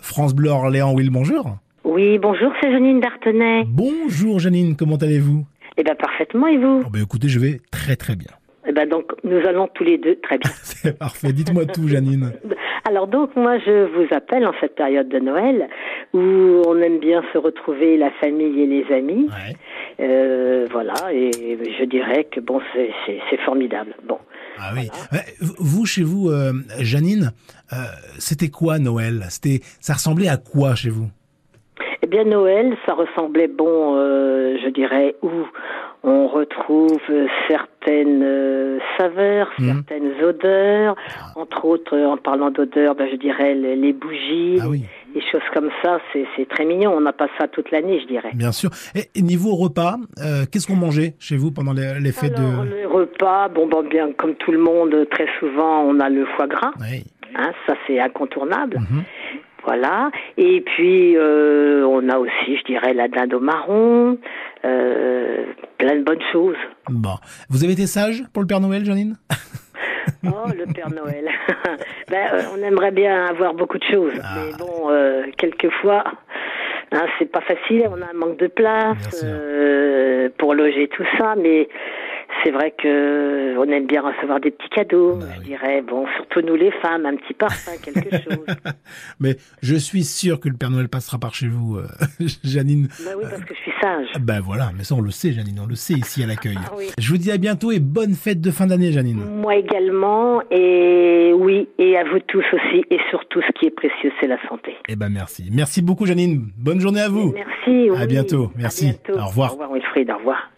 France Bleu Orléans, Will, bonjour. Oui, bonjour, c'est Janine Dartenay. Bonjour Janine, comment allez-vous Eh bien, parfaitement, et vous oh ben Écoutez, je vais très très bien. Eh bien, donc, nous allons tous les deux très bien. C'est parfait, dites-moi tout Janine. Alors, donc, moi, je vous appelle en cette période de Noël où on aime bien se retrouver, la famille et les amis. Ouais. Euh, voilà, et je dirais que, bon, c'est- c'est c'est formidable. Bon. Ah oui. Euh, Vous, chez vous, euh, Janine, euh, c'était quoi Noël C'était, Ça ressemblait à quoi chez vous Eh bien, Noël, ça ressemblait, bon, euh, je dirais, où on retrouve certaines euh, saveurs, Hmm. certaines odeurs. Ah. Entre autres, euh, en parlant d'odeurs, ben, je dirais les, les bougies, Ah oui. les choses comme ça. C'est c'est très mignon. On a pas ça toute l'année, je dirais. Bien sûr. Et et niveau repas, euh, qu'est-ce qu'on mangeait chez vous pendant les, les fêtes Alors, de... le repas, bon, ben, bien, comme tout le monde, très souvent, on a le foie gras. Oui. Mhm. Hein, ça, c'est incontournable. Voilà. Et puis, euh, on a aussi, je dirais, la dinde au marron, euh, plein de bonnes choses. Bon. Vous avez été sage pour le Père Noël, Janine Oh, le Père Noël. ben, euh, on aimerait bien avoir beaucoup de choses. Ah. Mais bon, euh, quelquefois, hein, c'est pas facile. On a un manque de Bien place sûr. euh, pour loger tout ça. Mais c'est vrai que on aime bien recevoir des petits cadeaux. Bah je dirais, bon, surtout nous les femmes, un petit parfum, quelque chose. Mais je suis sûr que le Père Noël passera par chez vous, euh, Janine. ben oui, parce que je suis sage. Ben voilà, mais ça on le sait, Janine, on le sait ici à l'accueil. Ah oui. Je vous dis à bientôt et bonne fête de fin d'année, Janine. Moi également, et oui, et à vous tous aussi, et surtout ce qui est précieux, c'est la santé. Eh ben merci. Merci beaucoup, Janine. Bonne journée à vous. Merci. À oui. bientôt. À Merci. bientôt. Au revoir. Au revoir, Wilfried. Au revoir.